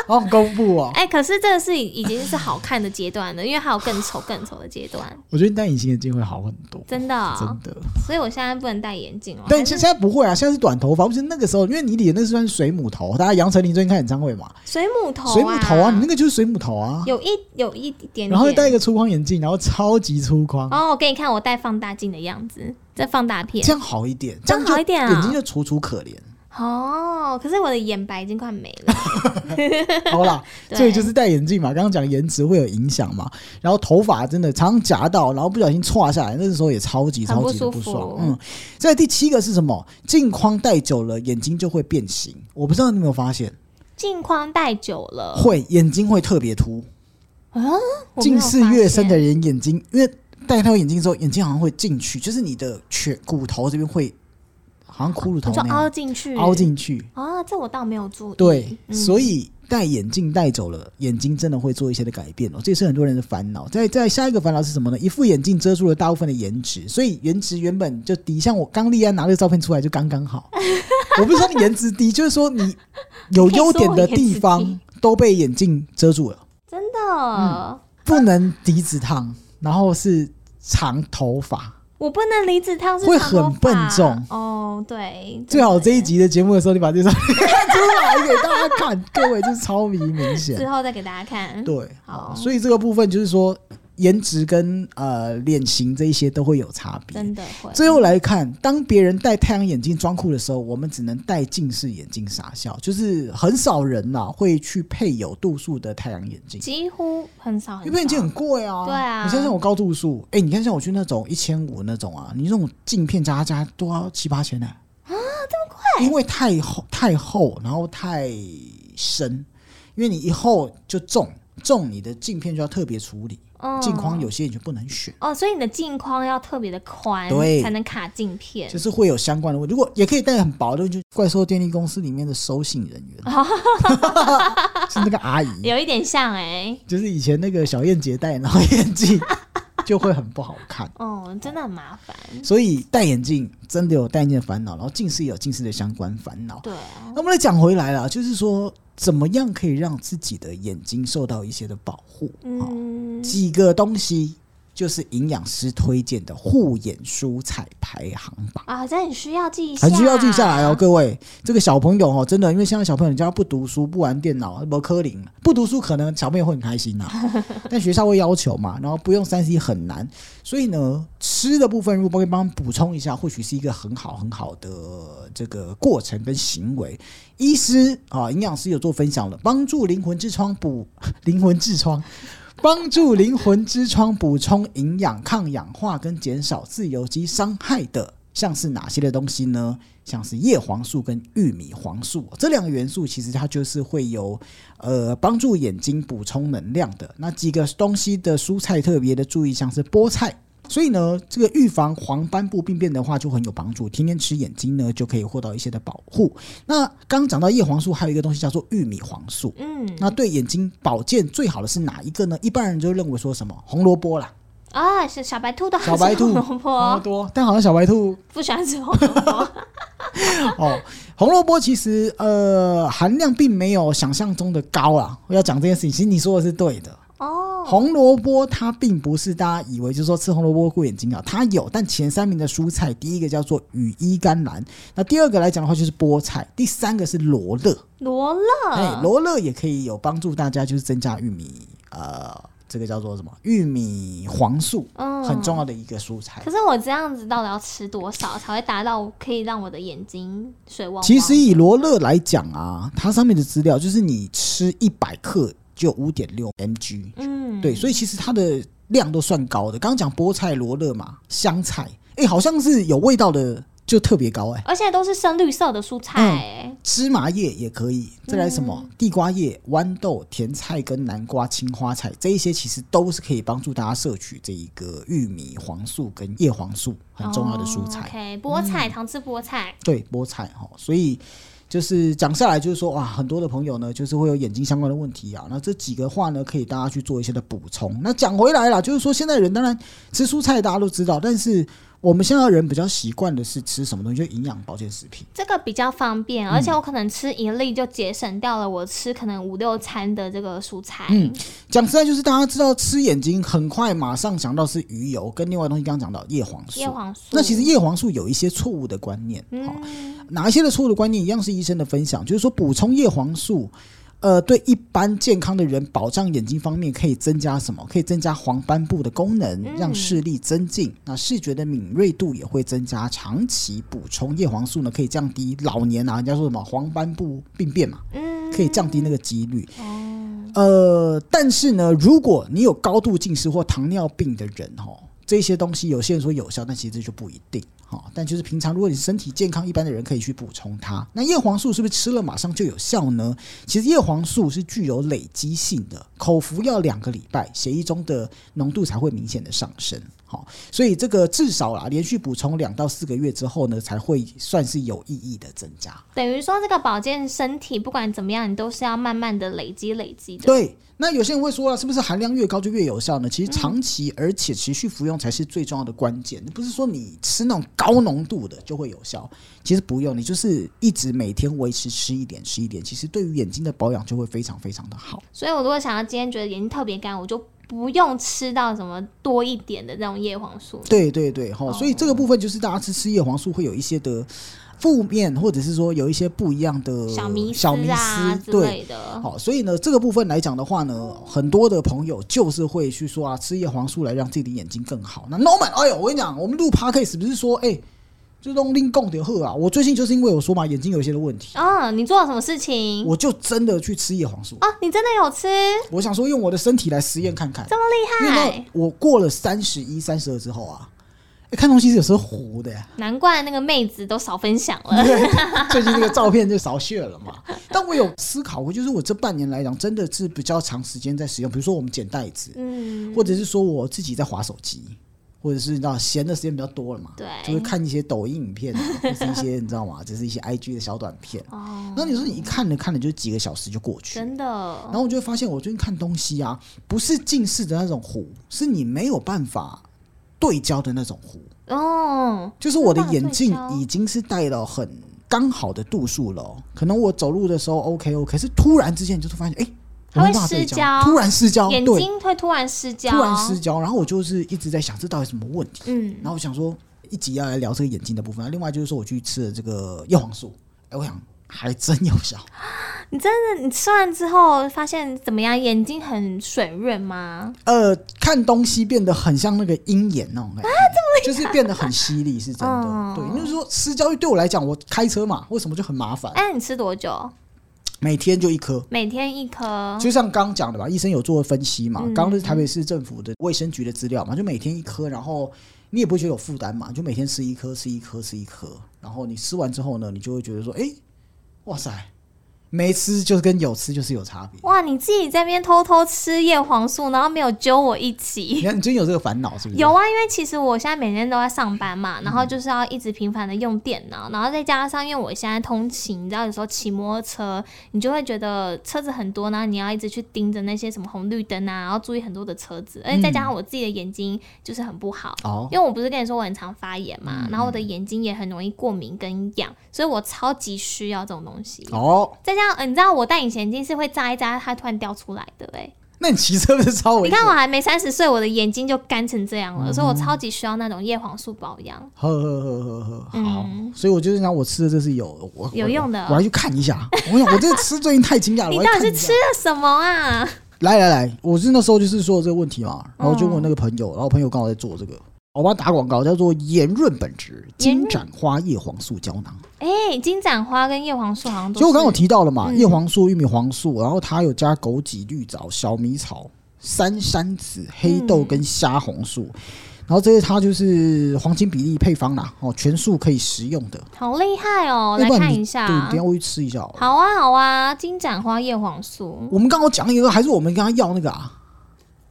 Speaker 1: 好想公布哦。
Speaker 2: 哎、可是这个是已经是好看的阶段了，因为还有更丑更丑的阶段，
Speaker 1: 我觉得戴隐形眼镜会好很多，
Speaker 2: 真的哦、
Speaker 1: 真的。
Speaker 2: 所以我现在不能戴眼镜了。
Speaker 1: 但
Speaker 2: 还
Speaker 1: 现
Speaker 2: 哦是
Speaker 1: 现在不会啊，现在是短头发。不是那个时候，因为你理的那是算是水母头，大家杨丞琳最近开演唱会嘛，
Speaker 2: 水母头、啊，
Speaker 1: 水母头啊，你那个就是水母头啊。
Speaker 2: 有一有一点点，
Speaker 1: 然后又戴一个粗框眼镜，然后超级粗框，
Speaker 2: 哦，我给你看我戴放大镜的样子，这放大片
Speaker 1: 这。样好一点，
Speaker 2: 这样
Speaker 1: 样就
Speaker 2: 好一点啊
Speaker 1: 眼睛就楚楚可怜。
Speaker 2: 哦，可是我的眼白已经快没了。
Speaker 1: 好啦，
Speaker 2: 对
Speaker 1: 所以就是戴眼镜嘛，刚刚讲颜值会有影响嘛，然后头发真的常常夹到，然后不小心歘下来，那时候也超级
Speaker 2: 很不
Speaker 1: 超级的
Speaker 2: 舒
Speaker 1: 不
Speaker 2: 服
Speaker 1: 爽。嗯，在第七个是什么？镜框戴久了眼睛就会变形，我不知道你有没有发现，
Speaker 2: 镜框戴久了，
Speaker 1: 会眼睛会特别凸，
Speaker 2: 我没有
Speaker 1: 近视越深的
Speaker 2: 发现
Speaker 1: 人眼睛，因为戴套眼镜之后，眼睛好像会进去，就是你的颧骨头这边会好像骷髅头
Speaker 2: 你说
Speaker 1: 那
Speaker 2: 凹
Speaker 1: 样
Speaker 2: 进去，
Speaker 1: 凹进去，
Speaker 2: 啊，这我倒没有注意。
Speaker 1: 对，
Speaker 2: 嗯
Speaker 1: 所以戴眼镜戴久了，眼睛真的会做一些的改变哦，这也是很多人的烦恼。再再下一个烦恼是什么呢？一副眼镜遮住了大部分的颜值，所以颜值原本就低，像我刚立安拿这个照片出来就刚刚 好。我不是说你颜值低，就是说你有优点的地
Speaker 2: 可以说我颜
Speaker 1: 方都被眼镜遮住了，
Speaker 2: 真的，
Speaker 1: 不能离子烫，然后是长头发。
Speaker 2: 我不能离子烫是
Speaker 1: 会
Speaker 2: 长头
Speaker 1: 很
Speaker 2: 发
Speaker 1: 笨重
Speaker 2: 哦。对，
Speaker 1: 最好这一
Speaker 2: 集
Speaker 1: 集的节目的时候，你把这张 出来给大家看，各位就是超级明显。
Speaker 2: 之后再给大家看。
Speaker 1: 对，
Speaker 2: 啊好
Speaker 1: 好，所以这个部分就是说，颜值跟呃脸型这一些都会有差别。
Speaker 2: 真的会。
Speaker 1: 最后来看，当别人戴太阳眼镜装酷的时候，我们只能戴近视眼镜傻笑，就是很少人呐、会去配有度数的太阳眼镜，
Speaker 2: 几乎很少很少，
Speaker 1: 因为眼镜很贵啊。
Speaker 2: 对啊
Speaker 1: 你像像我高度数，哎、你看像我去那种一千五那种啊，你那种镜片加加都要七八千呢、啊，这么贵？因为太厚太厚，然后太深，因为你一厚就重，重你的镜片就要特别处理，
Speaker 2: 嗯
Speaker 1: 镜框有些你就不能选。
Speaker 2: 哦，所以你的镜框要特别的宽，
Speaker 1: 对
Speaker 2: 才能卡镜片
Speaker 1: 就。是会有相关的问题，如果也可以带很薄的，就怪兽电力公司里面的收信人员， 是那个阿姨，
Speaker 2: 有一点像哎、
Speaker 1: 就是以前那个小燕姐戴，然后眼镜就会很不好看。
Speaker 2: 哦，真的很麻烦。
Speaker 1: 所以戴眼镜真的有戴眼镜的烦恼，然后近视也有近视的相关烦恼。
Speaker 2: 对啊，
Speaker 1: 那我们来讲回来了，就是说怎么样可以让自己的眼睛受到一些的保护？哦、
Speaker 2: 嗯，
Speaker 1: 几个东西就是营养师推荐的护眼蔬菜排行榜。
Speaker 2: 啊，这很需要记一下，
Speaker 1: 很需要记下来哦，各位，这个小朋友哦，真的，因为现在小朋友人家不读书、不玩电脑、不科林，不读书可能小朋友会很开心 呐、但学校会要求嘛，然后不用三 C 很难，所以呢，吃的部分如果可以帮忙补充一下，或许是一个很好很好的这个过程跟行为。医师啊，营养师有做分享了，帮助灵魂之窗补灵魂痔疮。帮助灵魂之窗补充营养、抗氧化跟减少自由基伤害的，像是哪些的东西呢？像是叶黄素跟玉米黄素这两个元素，其实它就是会有呃帮助眼睛补充能量的。那几个东西的蔬菜特别的注意，像是菠菜。所以呢，这个预防黄斑部病变的话就很有帮助。天天吃眼睛呢，就可以获到一些的保护。那刚讲到叶黄素，还有一个东西叫做玉米黄素。
Speaker 2: 嗯
Speaker 1: 那对眼睛保健最好的是哪一个呢？一般人就认为说什么红萝卜啦，
Speaker 2: 啊，是小白兔的
Speaker 1: 小白兔哦
Speaker 2: 还是红萝
Speaker 1: 红萝
Speaker 2: 卜，
Speaker 1: 卜，但好像小白 兔
Speaker 2: 不喜欢吃红萝 卜。
Speaker 1: 哦，红萝卜其实呃含量并没有想象中的高啦。我要讲这件事情，其实你说的是对的。
Speaker 2: 哦，
Speaker 1: 红萝卜它并不是大家以为就是说吃红萝卜护眼睛啊，它有，但前三名的蔬菜，第一个叫做羽衣甘蓝，那第二个来讲的话就是菠菜，第三个是罗勒，
Speaker 2: 罗
Speaker 1: 哎、
Speaker 2: 勒，
Speaker 1: 罗勒也可以有帮助大家就是增加玉米呃这个叫做什么玉米黄素，
Speaker 2: 嗯
Speaker 1: 很重要的一个蔬菜
Speaker 2: 可。是我这样子到底要吃多少才会达到可以让我的眼睛水汪汪？
Speaker 1: 其实以罗勒来讲啊，它上面的资料就是你吃一百克就五点六 mg，
Speaker 2: 嗯，
Speaker 1: 对，所以其实它的量都算高的。刚刚讲菠菜、罗勒嘛，香菜，哎、好像是有味道的就特别高、哎，
Speaker 2: 而且都是深绿色的蔬
Speaker 1: 嗯
Speaker 2: 菜、欸，
Speaker 1: 芝麻叶也可以，再来什么、
Speaker 2: 嗯
Speaker 1: 地瓜叶、豌豆、甜菜跟南瓜、青花菜，这一些其实都是可以帮助大家摄取这一个玉米黄素跟叶黄素很重要的蔬菜。嗯
Speaker 2: 哦 OK，菠菜，糖吃菠菜，
Speaker 1: 对，菠菜哈，所以就是讲下来就是说哇，很多的朋友呢，就是会有眼睛相关的问题啊。那这几个话呢，可以大家去做一些的补充。那讲回来啦，就是说现在人当然吃蔬菜大家都知道，但是我们现在人比较习惯的是吃什么东西，就营养保健食品。
Speaker 2: 这个比较方便，
Speaker 1: 嗯
Speaker 2: 而且我可能吃一粒就节省掉了我吃可能五六餐的这个蔬菜。嗯，
Speaker 1: 讲实在，就是大家知道吃眼睛，很快马上想到是鱼油，跟另外东西刚刚讲到叶黄素。嗯
Speaker 2: 叶黄素
Speaker 1: 那其实叶黄素有一些错误的观念，好、哪一些的错误的观念，一样是医生的分享，就是说补充叶黄素。呃，对一般健康的人，保障眼睛方面可以增加什么？可以增加黄斑部的功能，让视力增进。那视觉的敏锐度也会增加。长期补充叶黄素呢，可以降低老年啊，人家说什么黄斑部病变嘛，
Speaker 2: 嗯
Speaker 1: 可以降低那个几率。
Speaker 2: 哦
Speaker 1: 呃，但是呢，如果你有高度近视或糖尿病的人哦，这些东西有些人说有效，但其实就不一定哈、哦。但就是平常如果你身体健康一般的人，可以去补充它。那叶黄素是不是吃了马上就有效呢？其实叶黄素是具有累积性的，口服要两个礼拜，血液中的浓度才会明显的上升。好、哦，所以这个至少啦，连续补充两到四个月之后呢，才会算是有意义的增加。
Speaker 2: 等于说这个保健身体，不管怎么样，你都是要慢慢的累积累积的。
Speaker 1: 对，那有些人会说了，是不是含量越高就越有效呢？其实长期而且持续服用才是最重要的关键。不是说你吃那种高浓度的就会有效，其实不用，你就是一直每天维持吃一点吃一点，其实对于眼睛的保养就会非常非常的好。
Speaker 2: 所以我如果想要今天觉得眼睛特别干，我就不用吃到什么多一点的那种叶黄素。
Speaker 1: 对对对，哈、所以这个部分就是大家吃吃叶黄素会有一些的负面，或者是说有一些不一样的
Speaker 2: 小迷
Speaker 1: 呃小迷
Speaker 2: 啊
Speaker 1: 思，
Speaker 2: 之
Speaker 1: 对，
Speaker 2: 类的，
Speaker 1: 好，所以呢，这个部分来讲的话呢，很多的朋友就是会去说啊，吃叶黄素来让自己的眼睛更好。那 Norman，哎呦，我跟你讲，我们录 podcast 不是说，哎、就弄另供点喝啊。我最近就是因为我说嘛，眼睛有一些的问题，
Speaker 2: 嗯，你做了什么事情？
Speaker 1: 我就真的去吃叶黄素。
Speaker 2: 哦，你真的有吃，
Speaker 1: 我想说用我的身体来实验看看，
Speaker 2: 这么
Speaker 1: 因
Speaker 2: 厉
Speaker 1: 为
Speaker 2: 害
Speaker 1: 呢，，我过了三十一、三十二之后啊，哎，看东西是有时候糊的呀。
Speaker 2: 难怪那个妹子都少分享了。
Speaker 1: 最近这个照片就少血了嘛。但我有思考过，就是我这半年来讲，真的是比较长时间在使用，比如说我们剪袋子，
Speaker 2: 嗯，
Speaker 1: 或者是说我自己在划手机，或者是你知道闲的时间比较多了嘛，
Speaker 2: 对
Speaker 1: 就会看一些抖音影片啊，或是一些你知道吗？就是一些 IG 的小短片。
Speaker 2: 哦，
Speaker 1: 那你说你一看呢，看了就几个小时就过去了。
Speaker 2: 真的
Speaker 1: 然后我就会发现，我最近看东西啊，不是近视的那种糊，是你没有办法对焦的那种糊。
Speaker 2: 哦，
Speaker 1: 就是我的
Speaker 2: 没办法
Speaker 1: 眼镜
Speaker 2: 对焦
Speaker 1: 已经是戴了很刚好的度数了哦、可能我走路的时候 OK哦，可是突然之间你就突发现，哎、我
Speaker 2: 它会
Speaker 1: 没办法对
Speaker 2: 失焦
Speaker 1: 突然失焦，
Speaker 2: 眼
Speaker 1: 哦对，
Speaker 2: 睛会突然失焦，
Speaker 1: 突然失焦，然后我就是一直在想这到底什么问题，
Speaker 2: 嗯，
Speaker 1: 然后我想说一集要来聊这个眼睛的部分，另外就是说我去吃了这个叶黄素，哎、我想还真有效，
Speaker 2: 你真的你吃完之后发现怎么样？眼睛很水润吗？
Speaker 1: 呃，看东西变得很像那个鹰眼那种
Speaker 2: 啊
Speaker 1: 感觉，就是变得很犀利，是真的，
Speaker 2: 哦
Speaker 1: 对，就是说失焦对我来讲，我开车嘛，为什么就很麻烦，
Speaker 2: 哎、你吃多久？
Speaker 1: 每天就一颗。
Speaker 2: 每天一颗，
Speaker 1: 就像刚讲的吧，医生有做分析嘛，
Speaker 2: 哦嗯
Speaker 1: 刚刚是台北市政府的卫生局的资料嘛，就每天一颗，然后你也不会觉得有负担嘛，就每天吃一颗，吃一颗，吃一颗，然后你吃完之后呢，你就会觉得说，诶，哇塞，没吃就是跟有吃就是有差 别。
Speaker 2: 哇！你自己在那边偷偷吃叶黄素，然后没有揪我一
Speaker 1: 你
Speaker 2: 起。
Speaker 1: 看，你最近有这个烦恼是不是？
Speaker 2: 有啊，因为其实我现在每天都在上班嘛，然后就是要一直频繁的用电脑，然后再加上因为我现在通勤，你知道有时候骑摩托车，你就会觉得车子很多，然后你要一直去盯着那些什么红绿灯啊，然后注意很多的车子，而且再加上我自己的眼睛就是很不好，
Speaker 1: 哦，
Speaker 2: 因为我不是跟你说我很常发炎嘛，然后我的眼睛也很容易过敏跟痒，所以我超级需要这种东西。
Speaker 1: 哦，
Speaker 2: 再加上、呃你知道我戴隐形眼镜是会扎一扎，它突然掉出来的哎、
Speaker 1: 那你骑车不是嗯超危
Speaker 2: 你
Speaker 1: 险？
Speaker 2: 看我还没三十岁，我的眼睛就干成这样了，所以我超级需要那种叶黄素保养。
Speaker 1: 呵呵呵呵呵，好，
Speaker 2: 嗯
Speaker 1: 所以我就是讲我吃的这是有我
Speaker 2: 有用的
Speaker 1: 我还去看一下。我想我这个吃最近太惊讶了，
Speaker 2: 你
Speaker 1: 啊我还
Speaker 2: 到底
Speaker 1: 看一
Speaker 2: 是
Speaker 1: 下
Speaker 2: 吃了什么啊？
Speaker 1: 来来来，我是那时候就是说这个问题嘛，
Speaker 2: 嗯
Speaker 1: 然后就问那个朋友，然后朋友刚好在做这个，我帮他打广告，叫做盐润本质
Speaker 2: 盐
Speaker 1: 金
Speaker 2: 润
Speaker 1: 盏花叶黄素胶囊。
Speaker 2: 哎、金盏花跟叶黄素好像
Speaker 1: 其实
Speaker 2: 都是。
Speaker 1: 我刚刚有提到了嘛，
Speaker 2: 嗯
Speaker 1: 叶黄素、玉米黄素，然后它有加枸杞、绿藻、小米草、山山子、黑
Speaker 2: 嗯
Speaker 1: 豆跟虾红素。然后这些它就是黄金比例配方啦，哦，全素可以食用的。
Speaker 2: 好厉害
Speaker 1: 要
Speaker 2: 哦、来
Speaker 1: 不然
Speaker 2: 看
Speaker 1: 你
Speaker 2: 一
Speaker 1: 对，你
Speaker 2: 下
Speaker 1: 等一。下我去吃一下好了。
Speaker 2: 好啊，好啊，金盏花叶黄素，
Speaker 1: 我们刚刚讲一个，还是我们跟他要那个啊？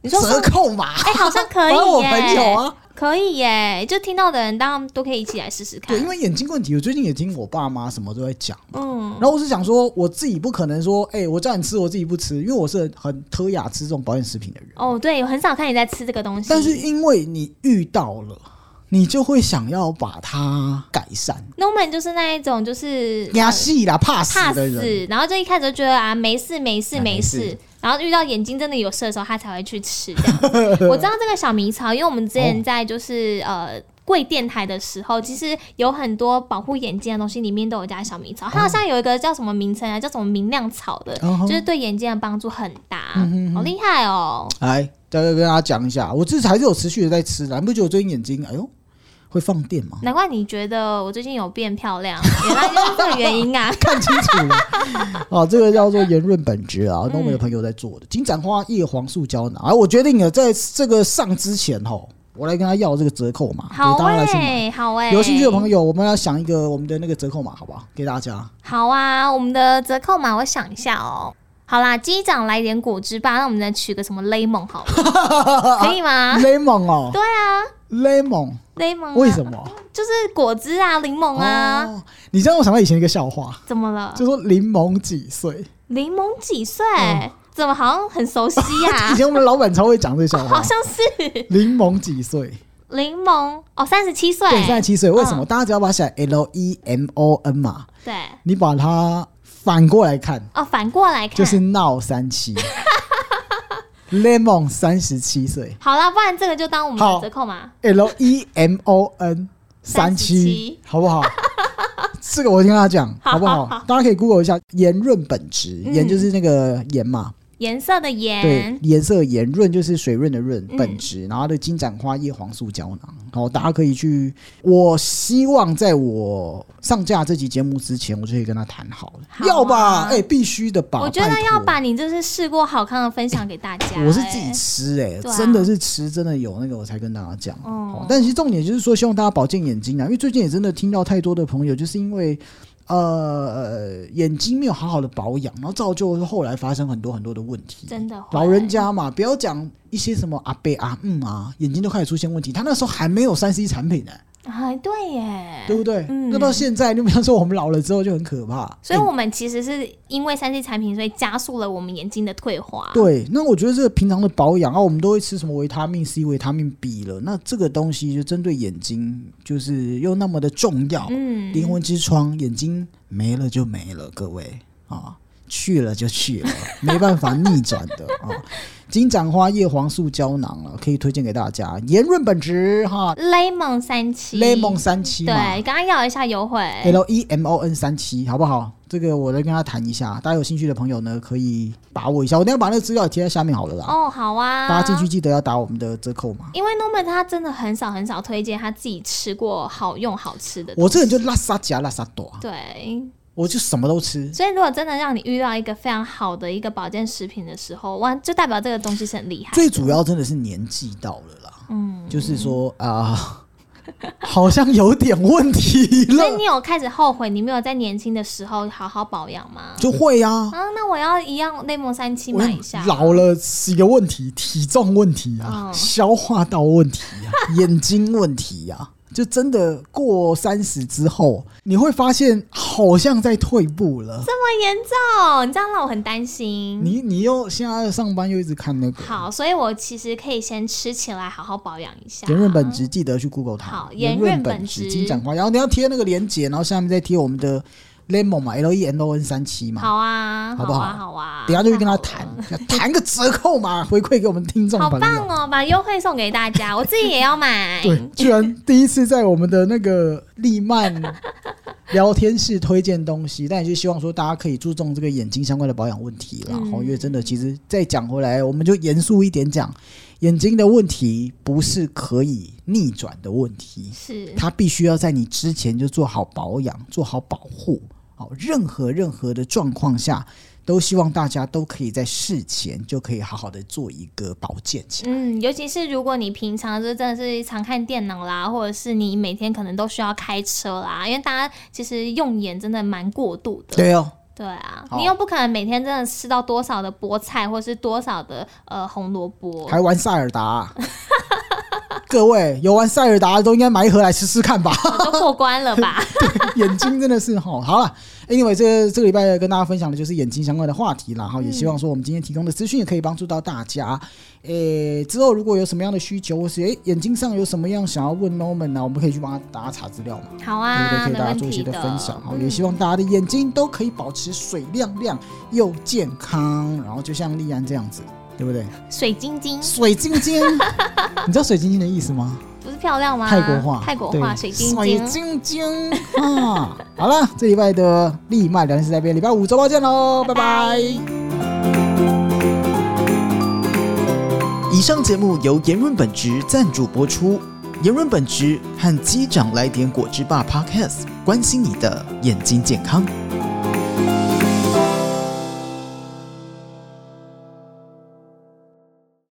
Speaker 2: 你说
Speaker 1: 折扣码？
Speaker 2: 哎、好像可以
Speaker 1: 反正我
Speaker 2: 耶、
Speaker 1: 朋友啊，
Speaker 2: 可以耶、就听到的人当然都可以一起来试试看
Speaker 1: 对，。因为眼睛问题，我最近也听我爸妈什么都在讲。
Speaker 2: 嗯，
Speaker 1: 然后我是想说，我自己不可能说，哎、我叫你吃，我自己不吃，因为我是很特雅吃这种保健食品的人。
Speaker 2: 哦，对，我很少看你在吃这个东西。
Speaker 1: 但是因为你遇到了，你就会想要把它改善。
Speaker 2: Norman 就是那一种就是
Speaker 1: 压戏啦，怕死
Speaker 2: 怕
Speaker 1: 的人，
Speaker 2: 死，然后就一开始就觉得啊没事没事
Speaker 1: 啊
Speaker 2: 没
Speaker 1: 没事
Speaker 2: 事，然后遇到眼睛真的有事的时候，他才会去 吃这样子。我知道这个小迷草，因为我们之前在就是、呃。贵电台的时
Speaker 1: 哦
Speaker 2: 候，其实有很多保护眼睛的东西，里面都有加小迷草。它好像有一个叫什么名称啊，叫什么明亮草的，
Speaker 1: 哦嗯吼
Speaker 2: 就是对眼睛的帮助很大，好厉害哦！
Speaker 1: 来，大家跟大家讲一下，我这还是有持续的在吃的，你不觉得我最近眼睛哎呦会放电吗？
Speaker 2: 难怪你觉得我最近有变漂亮，原来就是这个原 因啊！
Speaker 1: 看清楚了啊，这个叫做圆润本质啊，那我们的朋友在做的金盏花叶黄素胶囊啊，我决定了在这个上之前吼，我来跟他要这个折扣码，
Speaker 2: 好
Speaker 1: 给大家来去买。
Speaker 2: 哎、好哎、
Speaker 1: 有兴趣的朋友，我们要想一个我们的那个折扣码，好不好？给大家。
Speaker 2: 好啊，我们的折扣码我想一下哦。好啦，机长来点果汁吧，那我们再取个什么 lemon 好了， 可以吗
Speaker 1: lemon 哦
Speaker 2: 对啊
Speaker 1: ，lemon，
Speaker 2: ，lemon 啊
Speaker 1: 为什么？
Speaker 2: 就是果汁啊，柠檬啊，
Speaker 1: 哦，你知道我想到以前一个笑话，
Speaker 2: 怎么了？
Speaker 1: 就说柠檬几岁？
Speaker 2: 柠檬几岁？
Speaker 1: 嗯
Speaker 2: 怎么好像很熟悉 呀、
Speaker 1: 以前我们老板超会讲这个笑
Speaker 2: 啊好
Speaker 1: 话，
Speaker 2: 像是
Speaker 1: 柠檬几岁？
Speaker 2: 柠檬哦，三十七岁，
Speaker 1: 对，三十七岁。为
Speaker 2: 嗯
Speaker 1: 什么？大家只要把它写 L E M O N 嘛，
Speaker 2: 对
Speaker 1: 你把它反过来看，
Speaker 2: 哦，反过来 看，
Speaker 1: 就是闹三 七，lemon 三十七岁
Speaker 2: 好啦，不然这个就当我们
Speaker 1: 好
Speaker 2: 的折扣码。
Speaker 1: ，L E M O N 三
Speaker 2: 37
Speaker 1: 七，好不 好？这个我先跟他讲，
Speaker 2: 好
Speaker 1: 好不好？
Speaker 2: 好嗯好
Speaker 1: 大家可以 Google 一下盐润本质，盐就是那个盐嘛，
Speaker 2: 颜色的
Speaker 1: 对
Speaker 2: 颜，，
Speaker 1: 颜色盐润就是水润的润
Speaker 2: 嗯
Speaker 1: 本质，然后它的金盏花叶黄素胶囊，好，大家可以去。我希望在我上架这集节目之前，我就可以跟他谈好了，
Speaker 2: 好啊
Speaker 1: 要吧？哎、必须的吧？
Speaker 2: 我觉得
Speaker 1: 拜托
Speaker 2: 要把你就是试过好看的分享给大家、
Speaker 1: 我是自
Speaker 2: 哎
Speaker 1: 己吃、欸，哎、
Speaker 2: 对啊
Speaker 1: 真的是吃，真的有那个我才跟大家讲。
Speaker 2: 哦
Speaker 1: 哦，但其实重点就是说，希望大家保健眼睛啊，因为最近也真的听到太多的朋友，就是因为呃眼睛没有好好的保养，然后造就后来发生很多很多的问题。
Speaker 2: 真的会哦
Speaker 1: 老人家嘛，不要讲一些什么阿伯阿嗯啊，眼睛都开始出现问题。他那时候还没有三 C 产品呢、
Speaker 2: 哎，对耶，
Speaker 1: 对不对？
Speaker 2: 嗯
Speaker 1: 那到现在，你比方说我们老了之后就很可怕。
Speaker 2: 所以
Speaker 1: 哎
Speaker 2: 我们其实是因为三 C 产品，所以加速了我们眼睛的退化。，
Speaker 1: 对，那我觉得这个平常的保养啊，我们都会吃什么维他命 C、维他命 B 了。那这个东西就针对眼睛，就是又那么的重要。
Speaker 2: 嗯，
Speaker 1: 灵魂之窗，眼睛没了就没了，各位啊，去了就去了， 没办法逆转的啊。金盏花叶黄素胶囊啊了、可以推荐给大家，盐润本质哈
Speaker 2: lemon 三七
Speaker 1: ，lemon 三七嘛
Speaker 2: 对，刚刚要一下优惠。
Speaker 1: ，L E M O N 三七，好不好？这个我来跟他谈一下，大家有兴趣的朋友呢，可以把握一下。我等一下把那个资料贴在下面好了啦。
Speaker 2: 哦，好啊，
Speaker 1: 大家进去。记得要打我们的折扣码。
Speaker 2: 因为 Norman 他真的很少很少推荐他自己吃过好用好吃的东西。
Speaker 1: 我这人就拉撒夹拉撒多，啊
Speaker 2: 对，
Speaker 1: 我就什么都吃。
Speaker 2: 所以如果真的让你遇到一个非常好的一个保健食品的时候，哇，就代表这个东西是很厉害。
Speaker 1: 最主要真的是年纪到了啦，
Speaker 2: 嗯，
Speaker 1: 就是说啊、好像有点问题
Speaker 2: 所以
Speaker 1: 了，
Speaker 2: 你有开始后悔你没有在年轻的时候好好保养吗？
Speaker 1: 就会啊。
Speaker 2: 啊，那我要一样 lemon 三七
Speaker 1: 我
Speaker 2: 买一下。
Speaker 1: 老了几个问题，体重问题啊，
Speaker 2: 嗯
Speaker 1: 消化道问题 啊，眼睛问题啊，就真的过三十之后，你会发现好像在退步了。
Speaker 2: 这么严重，你这样让我很担心。
Speaker 1: 你你又现在上班又一直看那个，
Speaker 2: 好，所以我其实可以先吃起来，好好保养一下。
Speaker 1: 盐润本质记得去 Google 它。
Speaker 2: 好
Speaker 1: 盐
Speaker 2: 盐润
Speaker 1: 润
Speaker 2: 本质
Speaker 1: 质金盏花，然后你要贴那个链接，然后下面再贴我们的 lemon 嘛，L E M O N 三七嘛。
Speaker 2: 好啊，
Speaker 1: 好不好
Speaker 2: 啊，好啊，
Speaker 1: 等一下就去跟他
Speaker 2: 太
Speaker 1: 谈
Speaker 2: 好了。，
Speaker 1: 谈个折扣嘛，回馈给我们听众
Speaker 2: 好
Speaker 1: 朋
Speaker 2: 棒
Speaker 1: 友。
Speaker 2: 哦，把优惠送给大家，我自己也要买。
Speaker 1: 对，居然第一次在我们的那个利曼聊天室推荐东西，但也是希望说大家可以注重这个眼睛相关的保养问题啦。
Speaker 2: 嗯
Speaker 1: 哦，因为真的，其实再讲回来，我们就严肃一点讲，眼睛的问题不是可以逆转的问题，
Speaker 2: 是，
Speaker 1: 它必须要在你之前就做好保养，做好保护。好，任何任何的状况下，都希望大家都可以在事前就可以好好的做一个保健起来。
Speaker 2: 嗯，尤其是如果你平常就真的是常看电脑啦，或者是你每天可能都需要开车啦，因为大家其实用眼真的蛮过度的。
Speaker 1: 对哦，
Speaker 2: 对啊，
Speaker 1: 好
Speaker 2: 你又不可能每天真的吃到多少的菠菜，或是多少的呃红萝卜。
Speaker 1: 还玩塞尔达啊、各位有玩塞尔达的都应该买一盒来试试看吧。
Speaker 2: 都过关了 吧？
Speaker 1: 眼睛真的是哈，好了，Anyway，这这个礼拜跟大家分享的就是眼睛相关的话题啦，哈，也
Speaker 2: 嗯
Speaker 1: 希望说我们今天提供的资讯也可以帮助到大家。诶、之后如果有什么样的需求，或是诶、眼睛上有什么样想要问 Norman 啊呢、我们可以去帮大家查资料嘛，
Speaker 2: 好
Speaker 1: 对不对？
Speaker 2: 啊，
Speaker 1: 可以
Speaker 2: 没
Speaker 1: 大家
Speaker 2: 问
Speaker 1: 做一些
Speaker 2: 题
Speaker 1: 的
Speaker 2: 的。
Speaker 1: 分享，哈、也
Speaker 2: 嗯
Speaker 1: 希望大家的眼睛都可以保持水亮亮又健康，然后就像丽安这样子，对不对？
Speaker 2: 嗯水晶晶
Speaker 1: 水晶 晶，你知道水晶晶的意思吗？
Speaker 2: 不是漂亮吗？
Speaker 1: 泰国话，
Speaker 2: 泰国
Speaker 1: 对
Speaker 2: 话，水晶
Speaker 1: 水
Speaker 2: 晶，
Speaker 1: 晶晶啊！好了，这礼拜的立麦聊天室在这边，礼拜五周报见喽，拜拜。
Speaker 3: 以上节目由言润本职赞助播出。言润本职和机长来点果汁吧 Podcast，关心你的眼睛健康。